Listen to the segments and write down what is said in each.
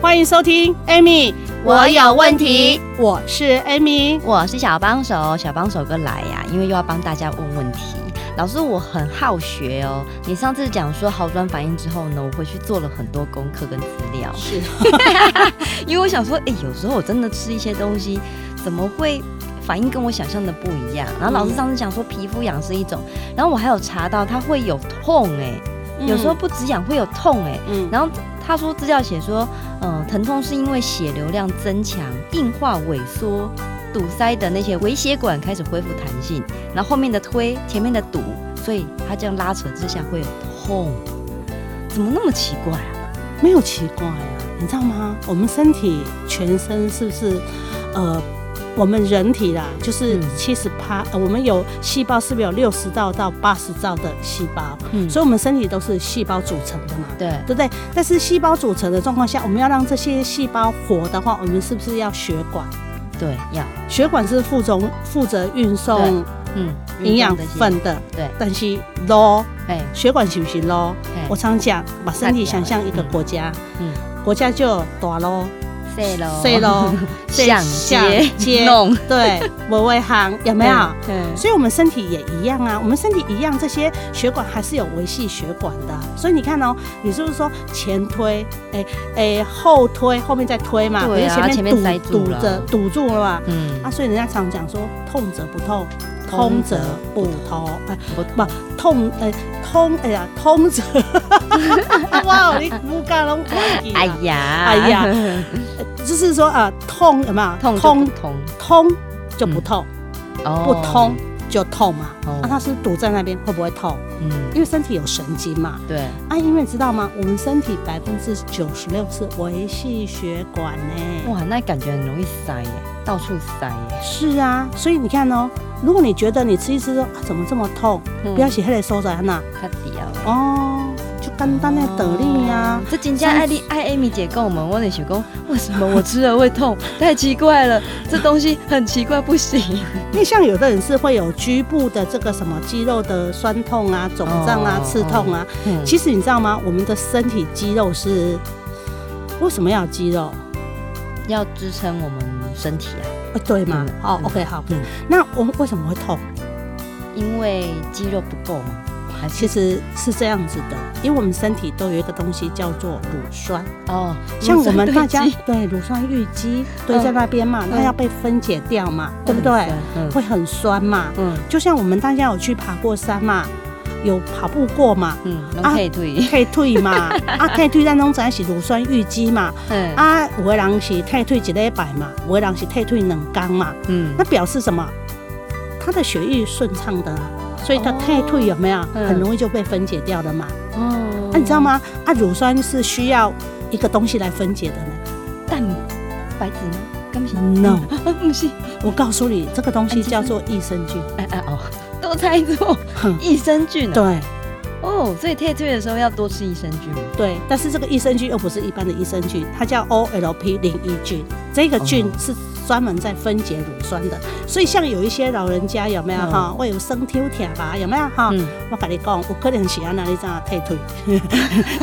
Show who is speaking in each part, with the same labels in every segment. Speaker 1: 欢迎收听 Amy，
Speaker 2: 我有问题，
Speaker 1: 我是 Amy。
Speaker 2: 我是小帮手，小帮手哥来呀、因为又要帮大家问问题。老师，我很好学哦。你上次讲说好转反应之后呢，我回去做了很多功课跟资料，
Speaker 1: 是，
Speaker 2: 因为我想说，哎、有时候我真的吃一些东西，怎么会反应跟我想象的不一样？然后老师上次讲说皮肤痒是一种，然后我还有查到它会有痛、哎，有时候不止痒会有痛、哎，
Speaker 1: 嗯，
Speaker 2: 然后他说资料写说，嗯、疼痛是因为血流量增强、硬化萎缩、堵塞的那些微血管开始恢复弹性，然后后面的推，前面的堵，所以它这样拉扯之下会有痛。怎么那么奇怪啊？
Speaker 1: 没有奇怪啊，你知道吗？我们身体全身是不是，呃，我们人体啦，就是
Speaker 2: 嗯
Speaker 1: 七十趴，呃我们有细胞是不是有六十兆到八十兆的细胞？
Speaker 2: 嗯
Speaker 1: 所以我们身体都是细胞组成的嘛。
Speaker 2: 对，
Speaker 1: 对不对？但是细胞组成的状况下，我们要让这些细胞活的话，我们是不是要血管？
Speaker 2: 对，要，
Speaker 1: 血管是负责负责运送
Speaker 2: 嗯，
Speaker 1: 营养
Speaker 2: 运动这些，
Speaker 1: 分的，
Speaker 2: 对，
Speaker 1: 但是 low
Speaker 2: 哎，
Speaker 1: 血管行不行 low？
Speaker 2: 哎
Speaker 1: 我常讲，把身体想象一个
Speaker 2: 嗯
Speaker 1: 国家，
Speaker 2: 嗯，
Speaker 1: 国家就有大喽、
Speaker 2: 哦碎喽，
Speaker 1: 细 喽、
Speaker 2: 想
Speaker 1: 巷
Speaker 2: 接
Speaker 1: 街
Speaker 2: 弄，
Speaker 1: 对，某位行有啊没有？
Speaker 2: 嗯，
Speaker 1: 所以我们身体也一样啊，我们身体一样，这些血管还是有维系血管的啊、所以你看哦、你是不是说前推，哎、哎、后推，后面再推嘛？
Speaker 2: 对
Speaker 1: 可
Speaker 2: 啊
Speaker 1: 是
Speaker 2: 前
Speaker 1: 前
Speaker 2: 面
Speaker 1: 面堵
Speaker 2: 塞住
Speaker 1: 堵
Speaker 2: 了
Speaker 1: 着堵住了嘛？
Speaker 2: 嗯，
Speaker 1: 啊，所以人家常讲说，痛则不痛，
Speaker 2: 通
Speaker 1: 通
Speaker 2: 则
Speaker 1: 则不通，哎，
Speaker 2: 嗯
Speaker 1: 不
Speaker 2: 不
Speaker 1: 痛，哎、通，哎呀，通则， 哇，你不敢拢忘记啊
Speaker 2: 哎呀，
Speaker 1: 哎呀，就是说啊，痛有没有？
Speaker 2: 痛就
Speaker 1: 通
Speaker 2: 不痛，
Speaker 1: 通就不痛，
Speaker 2: 哦
Speaker 1: 不通，就痛嘛。
Speaker 2: 哦
Speaker 1: 啊，它是堵在那边会不会痛？
Speaker 2: 嗯，
Speaker 1: 因为身体有神经嘛。
Speaker 2: 对，
Speaker 1: 啊，因为你知道吗？我们身体百分之九十六是维系血管呢。
Speaker 2: 哇，那感觉很容易塞耶，到处塞耶，
Speaker 1: 是啊，所以你看哦，如果你觉得你吃一吃说、啊、怎么这么痛，不要
Speaker 2: 嗯
Speaker 1: 写黑的收在那
Speaker 2: 较屌的。
Speaker 1: 哦，就简单的道理啊呀
Speaker 2: 哦。这真正艾丽艾艾米姐跟我们，我得想讲，为什么我吃了会 痛？太奇怪了，这东西很奇怪，不行。
Speaker 1: 因为像有的人是会有局部的这个什么肌肉的酸痛啊、肿胀啊
Speaker 2: 哦、
Speaker 1: 刺痛啊，
Speaker 2: 嗯
Speaker 1: 其实你知道吗？我们的身体肌肉是为什么要有肌肉？
Speaker 2: 要支撑我们身体啊，
Speaker 1: 呃，对吗？
Speaker 2: 嗯
Speaker 1: 哦
Speaker 2: 嗯
Speaker 1: ，OK，好
Speaker 2: 嗯。
Speaker 1: 那我们为什么会痛？
Speaker 2: 因为肌肉不够嘛，还
Speaker 1: 其
Speaker 2: 是
Speaker 1: 实是这样子的，因为我们身体都有一个东西叫做乳酸，
Speaker 2: 哦，
Speaker 1: 像我们
Speaker 2: 乳
Speaker 1: 大
Speaker 2: 酸
Speaker 1: 家
Speaker 2: 堆积
Speaker 1: 对乳酸淤积堆在那边嘛，它要被分解掉嘛，对不对？？
Speaker 2: 嗯
Speaker 1: 会很酸嘛。
Speaker 2: 嗯
Speaker 1: 就像我们大家有去爬过山嘛，有跑步过嘛，
Speaker 2: 嗯，都
Speaker 1: 啊
Speaker 2: 可以退。
Speaker 1: 退退嘛，啊退退咱拢知影是乳酸淤积嘛，
Speaker 2: 嗯
Speaker 1: 啊，有的人是退退一礼拜嘛，有的人是退退两天嘛，
Speaker 2: 嗯
Speaker 1: 那表示什么？他的血液顺畅的、啊，所以他退退有没有
Speaker 2: 嗯
Speaker 1: 很容易就被分解掉了嘛？
Speaker 2: 哦
Speaker 1: 那、你知道？吗？啊，乳酸是需要一个东西来分解的呢。
Speaker 2: 蛋白质吗？刚是
Speaker 1: No，
Speaker 2: 啊，不是，
Speaker 1: 我告诉你，这个东西
Speaker 2: 氨基
Speaker 1: 叫
Speaker 2: 酸
Speaker 1: 做益生菌。
Speaker 2: 哎哎哦，都猜错，
Speaker 1: 哼，
Speaker 2: 益生菌啊。
Speaker 1: 对
Speaker 2: 哦，所以退退的时候要多吃益生菌吗？
Speaker 1: 对，但是这个益生菌又不是一般的益生菌，它叫 OLP 零一菌，这个菌
Speaker 2: 哦
Speaker 1: 是专门在分解乳酸的。所以像有一些老人家有没有
Speaker 2: 嗯
Speaker 1: 哈，会有生抽甜吧，有没有哈？
Speaker 2: 嗯，
Speaker 1: 我跟你讲，有可能是安那你怎样退退，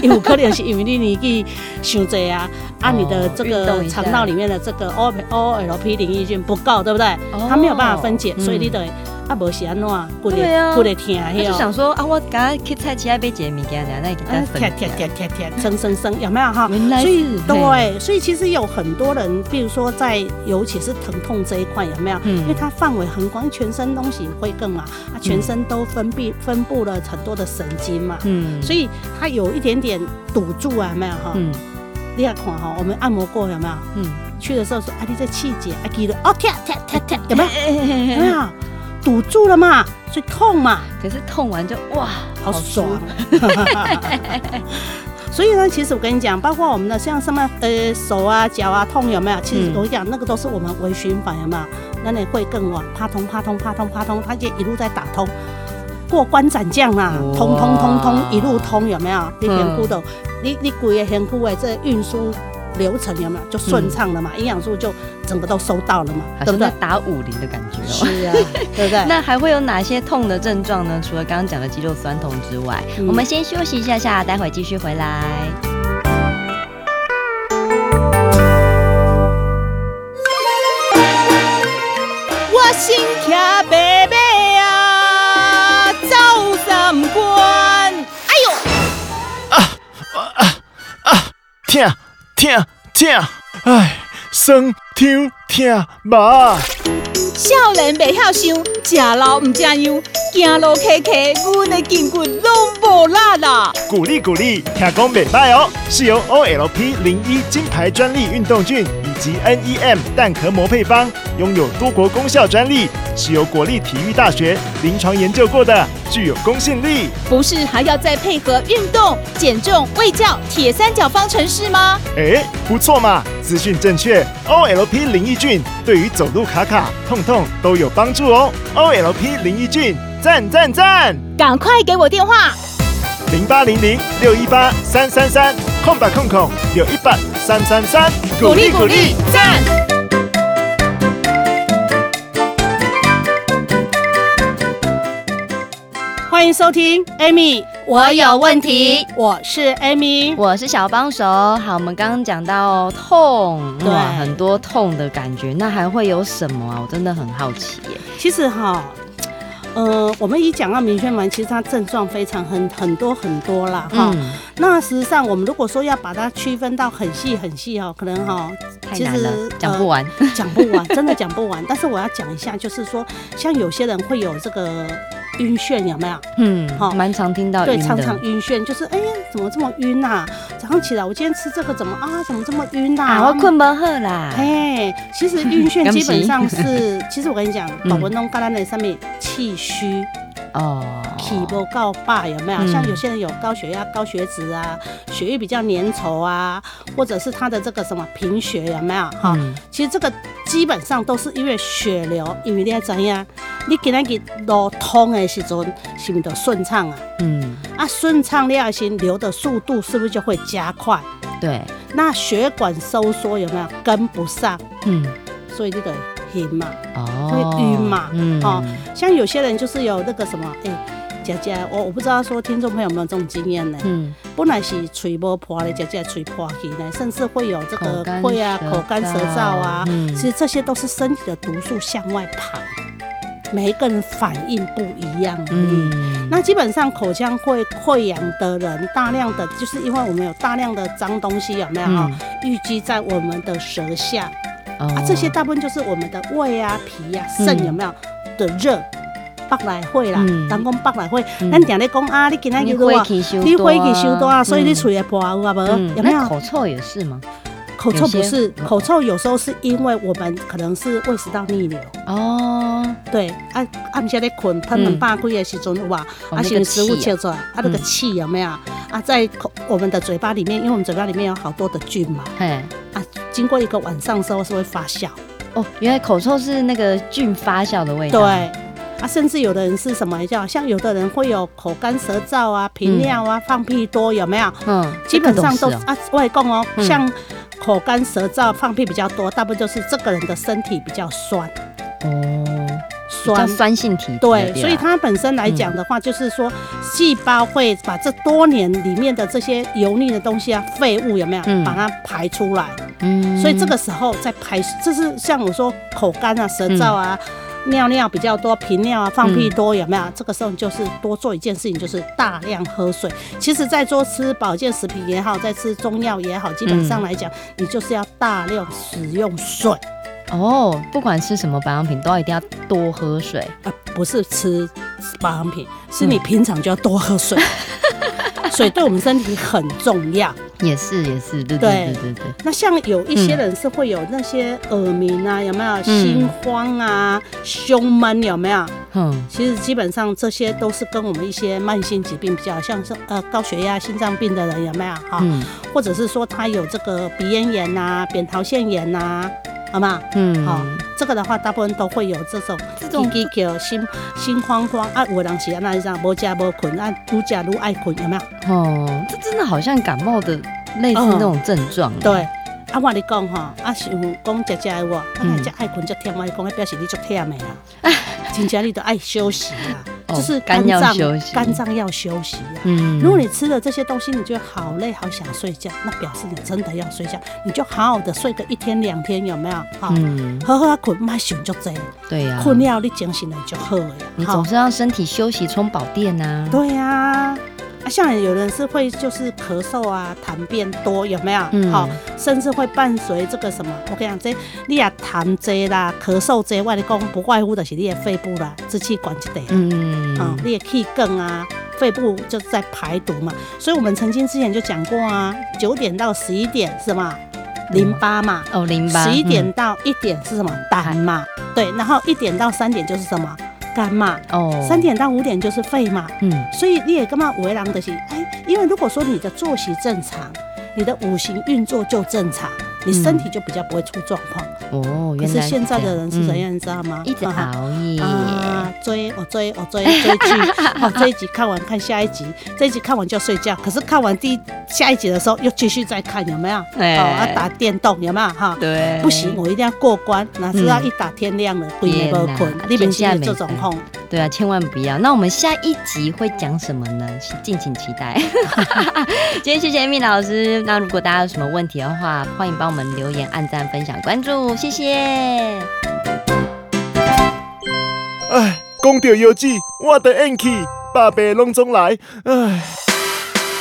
Speaker 1: 因为有可能是因为你年纪伤多啊，啊
Speaker 2: 哦
Speaker 1: 你的这
Speaker 2: 运动
Speaker 1: 个
Speaker 2: 一下
Speaker 1: 肠道里面的这个 O O L P 零抑菌不够，对不对？它没有办法分解，所以你
Speaker 2: 的。
Speaker 1: 得啊无是安怎样，骨
Speaker 2: 哦嗯对
Speaker 1: 得
Speaker 2: 啊
Speaker 1: 骨得疼啊，
Speaker 2: 他就
Speaker 1: 那
Speaker 2: 想说啊，我刚刚去菜市要买一个物件，然后给他
Speaker 1: 啊
Speaker 2: 分
Speaker 1: 贴贴贴贴贴，生生生，有没有哈？
Speaker 2: 原来
Speaker 1: 所以
Speaker 2: 是
Speaker 1: 对，所以其实有很多人，比如说在尤其是疼痛这一块，有没有？
Speaker 2: 嗯
Speaker 1: 因为它范围很广，全身东西会更嘛，啊，全身都分泌分布了很多的神经嘛，
Speaker 2: 嗯
Speaker 1: 所
Speaker 2: 以
Speaker 1: 以它有一点点堵住啊，有没有哈？
Speaker 2: 嗯
Speaker 1: 你也看哈，我们按摩过有没有？
Speaker 2: 嗯，
Speaker 1: 去的时候说，啊，你这气节，啊，记得，哦，跳跳跳跳，有没有？有 没
Speaker 2: 没有，
Speaker 1: 有？堵住了嘛，所以痛嘛，
Speaker 2: 可是痛完就哇，
Speaker 1: 好
Speaker 2: 舒
Speaker 1: 爽
Speaker 2: 服。。
Speaker 1: 所以呢，其实我跟你讲，包括我们的像什么呃手啊、脚啊痛有没有？其实
Speaker 2: 嗯
Speaker 1: 我跟你讲那个都是我们微循环有没有？那你会更往啪通啪通啪通啪通，它就一路在打通。过关斩将啦，
Speaker 2: 哇
Speaker 1: 通通通通一路通，有没有？你
Speaker 2: 嗯
Speaker 1: 评估的，你你骨也评估哎，这运输流程有没有就顺畅了嘛？营养素就整个都收到了嘛，对
Speaker 2: 好像
Speaker 1: 不
Speaker 2: 在
Speaker 1: 对？
Speaker 2: 打武林的感觉哦。
Speaker 1: 是啊，对不对？
Speaker 2: 那还会有哪些痛的症状呢？除了刚刚讲的肌肉酸痛之外，
Speaker 1: 嗯
Speaker 2: 我们先休息一下下，待会继续回来。
Speaker 3: 我身骑白马啊，走三关。
Speaker 4: 痛痛痛！哎，酸痛痛麻。
Speaker 3: 少年袂晓想，食老唔食样，行路磕磕，阮的筋骨拢无力啦。
Speaker 4: 鼓励鼓励，听讲美拜哦，是由 OLP 零一金牌专利运动菌以及 NEM 蛋壳膜配方，拥有多国功效专利，是由国立体育大学临床研究过的，具有公信力。
Speaker 3: 不是还要再配合运动、减重、卫教、铁三角方程式吗？
Speaker 4: 哎，不错嘛，资讯正确，OLP 零一菌对于走路卡卡、痛痛都有帮助哦。OLP 零一菌，赞赞赞！
Speaker 3: 赶快给我电话。
Speaker 4: 零八零零六一八三三三，空吧空空有一百三三三，
Speaker 3: 鼓励鼓励，赞！
Speaker 1: 欢迎收听 Amy，
Speaker 2: 我有问题，
Speaker 1: 我是 Amy。
Speaker 2: 我是小帮手。好，我们刚刚讲到痛，
Speaker 1: 对
Speaker 2: 哇，很多痛的感觉，那还会有什么啊？我真的很好奇耶。
Speaker 1: 其实哈，呃，我们一讲到明轩丸，其实它症状非常很很多很多啦哈。
Speaker 2: 嗯，
Speaker 1: 那事实上，我们如果说要把它区分到很细很细哦，可能哈
Speaker 2: 太
Speaker 1: 其
Speaker 2: 难
Speaker 1: 实呃
Speaker 2: 了，讲不完。
Speaker 1: 讲不完，真的讲不完。但是我要讲一下，就是说，像有些人会有这个晕眩，有没有？
Speaker 2: 嗯
Speaker 1: 好，
Speaker 2: 蛮常听到
Speaker 1: 对，
Speaker 2: 晕
Speaker 1: 常
Speaker 2: 的
Speaker 1: 常晕眩，就是哎呀，怎么这么晕呐、早上起来，我今天吃这个怎么啊？怎么这么晕呐、
Speaker 2: 啊，我困不好啦。
Speaker 1: 哎，其实晕 眩
Speaker 2: 敢
Speaker 1: 基本
Speaker 2: 是
Speaker 1: 上是， 其实我跟你讲，
Speaker 2: 嗯
Speaker 1: 宝文东刚刚那上面气虚、
Speaker 2: 哦，
Speaker 1: 气不告罢有没有？像
Speaker 2: 嗯
Speaker 1: 有些人有高血压、高血脂啊，血液比较粘稠啊，或者是他的这个什么贫血有没有？哈，
Speaker 2: 嗯
Speaker 1: 其实这个基本上都是因为血流，因为你要怎样，你给那个路通的时候，是不是就顺畅啊？
Speaker 2: 嗯，
Speaker 1: 啊，顺畅了行，流的速度是不是就会加快？
Speaker 2: 对，
Speaker 1: 那血管收缩有没有跟不上？
Speaker 2: 嗯，
Speaker 1: 所以这个晕嘛。
Speaker 2: 哦，
Speaker 1: 会晕嘛
Speaker 2: 嗯，
Speaker 1: 哦像有些人就是有那个什么，哎、姐姐，我我不知道说听众朋友有没有这种经验呢？
Speaker 2: 嗯，
Speaker 1: 本来是嘴无破的，姐姐嘴破去呢，甚至会有这
Speaker 2: 口
Speaker 1: 个
Speaker 2: 干
Speaker 1: 溃啊
Speaker 2: 舌、
Speaker 1: 口干舌燥啊，
Speaker 2: 嗯
Speaker 1: 其实这些都是身体的毒素向外排，每一个人反应不一样。嗯。
Speaker 2: 嗯，
Speaker 1: 那基本上口腔会溃疡的人，大量的就是因为我们有大量的脏东西，有没有啊？淤积在我们的舌下，啊
Speaker 2: 嗯哦，
Speaker 1: 这些大部分就是我们的胃啊、脾啊、肾
Speaker 2: 嗯
Speaker 1: 有没有的热，北来会啦
Speaker 2: 嗯，
Speaker 1: 人讲北来会，
Speaker 2: 嗯
Speaker 1: 咱常咧讲啊，你今仔
Speaker 2: 你
Speaker 1: 日
Speaker 2: 火
Speaker 1: 哇，
Speaker 2: 气修多啊，
Speaker 1: 你火气收多啊，所以你
Speaker 2: 嗯
Speaker 1: 嘴会破有啊无？
Speaker 2: 嗯
Speaker 1: 有没
Speaker 2: 那
Speaker 1: 有？
Speaker 2: 口臭也是吗？
Speaker 1: 口臭不是
Speaker 2: 有些
Speaker 1: 口臭，有时候是因为我们可能是胃食道逆流，
Speaker 2: 哦，
Speaker 1: 对，啊暗时咧困，喷门
Speaker 2: 嗯
Speaker 1: 把鬼的时阵有啊，
Speaker 2: 哦
Speaker 1: 啊
Speaker 2: 那个
Speaker 1: 是食物
Speaker 2: 气啊
Speaker 1: 切出来，啊那个气有没有？啊在口我们的嘴巴里面，因为我们嘴巴里面有好多的菌嘛，
Speaker 2: 嘿，
Speaker 1: 啊经过一个晚上之后是会发酵。
Speaker 2: 哦，原来口臭是那个菌发酵的味道，
Speaker 1: 对，，啊，甚至有的人是什么叫，像有的人会有口干舌燥啊、频尿啊、放屁多，有没有？
Speaker 2: 嗯，
Speaker 1: 基本上
Speaker 2: 这
Speaker 1: 都
Speaker 2: 个是
Speaker 1: 是
Speaker 2: 哦
Speaker 1: 啊，外公哦，
Speaker 2: 嗯
Speaker 1: 像口干舌燥、放屁比较多，大部分就是这个人的身体比较酸，
Speaker 2: 哦，比较
Speaker 1: 酸。
Speaker 2: 酸性体质的啊嗯
Speaker 1: 对，
Speaker 2: 吧
Speaker 1: 所以它本身来讲的话，就是说细胞会把这多年里面的这些油腻的东西啊、废物有没有
Speaker 2: 嗯，
Speaker 1: 把它排出来。
Speaker 2: 嗯
Speaker 1: 所以这个时候在排，这是像我说口干啊、舌燥啊、
Speaker 2: 嗯
Speaker 1: 尿尿比较多、频尿啊、放屁多，有没有？这个时候你就是多做一件事情，就是大量喝水。其实，在做吃保健食品也好，在吃中药也好，基本上
Speaker 2: 嗯
Speaker 1: 来讲，你就是要大量使用水，
Speaker 2: 哦，不管是什么保养品，都要一定要多喝
Speaker 1: 呃
Speaker 2: 水，嗯
Speaker 1: 而不是吃保养品，是你平常就要多喝水。水对我们身体很重要。
Speaker 2: 也是也是，对对
Speaker 1: 对
Speaker 2: 对对对，
Speaker 1: 那像有一
Speaker 2: 嗯
Speaker 1: 些人是会有那些耳鸣啊，有没有心慌啊、胸闷有没有？
Speaker 2: 嗯
Speaker 1: 其实基本上这些都是跟我们一些慢性疾病比较像是呃高血压、心脏病的人有没有哈？
Speaker 2: 嗯
Speaker 1: 或者是说他有这个鼻咽炎呐、扁桃腺炎啊呐、好吗？
Speaker 2: 嗯，
Speaker 1: 好、这个的话，大部分都会有这种
Speaker 2: 这种
Speaker 1: 叽叽叫心心慌慌啊，有的人是安那样，无食无困啊，愈食愈爱困，有没有？
Speaker 2: 哦，这真的好像感冒的类似那种症状，
Speaker 1: 对，啊，我跟你讲吼，啊，想讲食食的话，啊，
Speaker 2: 嗯
Speaker 1: 若食爱困足忝，我跟你讲，那表示你足忝的啦，真正你都爱休息啦，
Speaker 2: 哦
Speaker 1: 就是
Speaker 2: 肝
Speaker 1: 肝
Speaker 2: 要
Speaker 1: 脏
Speaker 2: 休息
Speaker 1: 肝脏要休息啦。
Speaker 2: 嗯，
Speaker 1: 如果你吃了这些东西，你就好累，好想睡觉，那表示你真的要睡觉，你就好好的睡个一天两天，有没有？哈、
Speaker 2: 嗯，
Speaker 1: 好好啊困，莫想足济，
Speaker 2: 对呀、
Speaker 1: 困了你精神就就好了呀。
Speaker 2: 你
Speaker 1: 哈
Speaker 2: 总是让身体休息充饱电呐、啊，
Speaker 1: 对呀、啊，像有人是会就是咳嗽啊、痰变多，有没有？
Speaker 2: 嗯
Speaker 1: 好、甚至会伴随这个什么，我跟你讲，这你也痰多啦、咳嗽多，我跟你讲不外乎就是你的肺部啦、支气管这块，嗯，
Speaker 2: 嗯，
Speaker 1: 啊、你的气更啊。肺部就是在排毒嘛，所以我们曾经之前就讲过啊，九点到十一点是什么？淋巴嘛，
Speaker 2: 哦，嗯淋巴，
Speaker 1: 十一点
Speaker 2: 嗯
Speaker 1: 到一点是什么？胆嘛，对，然后一点到三点就是什么？肝嘛，
Speaker 2: 哦，
Speaker 1: 三，点到五点就是肺嘛，
Speaker 2: 嗯
Speaker 1: 所以你也干嘛为难的是，哎，因为如果说你的作息正常，你的五行运作就正常，你身体就比较不会出状况。
Speaker 2: 哦，
Speaker 1: 可
Speaker 2: 原
Speaker 1: 是
Speaker 2: 来这
Speaker 1: 现在的
Speaker 2: 样
Speaker 1: 人是怎、
Speaker 2: 嗯
Speaker 1: 样，你知道吗？
Speaker 2: 一直
Speaker 1: 啊
Speaker 2: 熬夜，
Speaker 1: 啊，追我追我追追剧， 好、这一集看完看下一集，这一集看完就睡觉，可是看完第一下一集的时候又继续再看，有没有？
Speaker 2: 哎
Speaker 1: 哦，要打电动有没有？哈、
Speaker 2: 对，
Speaker 1: 不行，，我一定要过关。哪知道
Speaker 2: 嗯
Speaker 1: 一打天亮了，鬼没
Speaker 2: 天哪
Speaker 1: 困，你本
Speaker 2: 真正
Speaker 1: 身
Speaker 2: 没
Speaker 1: 这种
Speaker 2: 睡
Speaker 1: 空。
Speaker 2: 对啊，千万不要。那我们下一集会讲什么呢？敬请期待。 今天谢谢 Amy 老师。那如果大家有什么问题的话，欢迎帮我们留言、按赞、分享、关注，谢谢。
Speaker 4: 唉，讲到腰子，我的 n 气，百病拢总来，唉。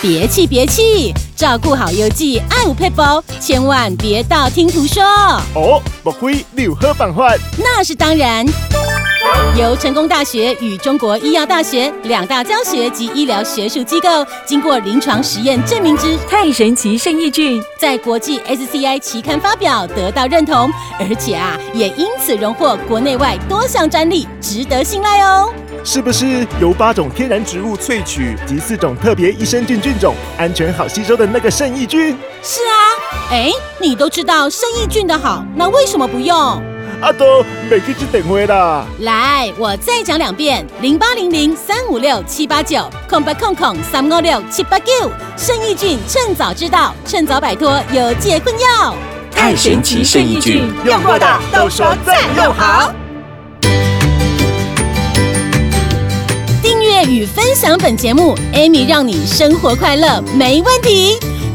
Speaker 3: 别气别气，照顾好邮寄，爱护配包，千万别道听途说。
Speaker 4: 哦，莫非你有好办法？
Speaker 3: 那是当然。由成功大学与中国医药大学两大教学及医疗学术机构经过临床实验证明之，
Speaker 5: 太神奇圣益菌，
Speaker 3: 在国际 SCI 期刊发表，得到认同，而且啊，也因此荣获国内外多项专利，值得信赖哦。
Speaker 4: 是不是由八种天然植物萃取及四种特别益生菌菌种，安全好吸收的那个圣益菌？
Speaker 3: 是啊，哎，你都知道生益菌的好，那为什么不用？
Speaker 4: 啊，都每去去等会啦。
Speaker 3: 来，我再讲两遍：零八零零三五六七八九，空八空空三五六七八九。生意菌趁早知道，趁早摆脱有界困扰。
Speaker 5: 太神奇圣益菌，
Speaker 4: 用过的都说赞又好。
Speaker 3: 订阅与分享本节目，Amy 让你生活快乐没问题。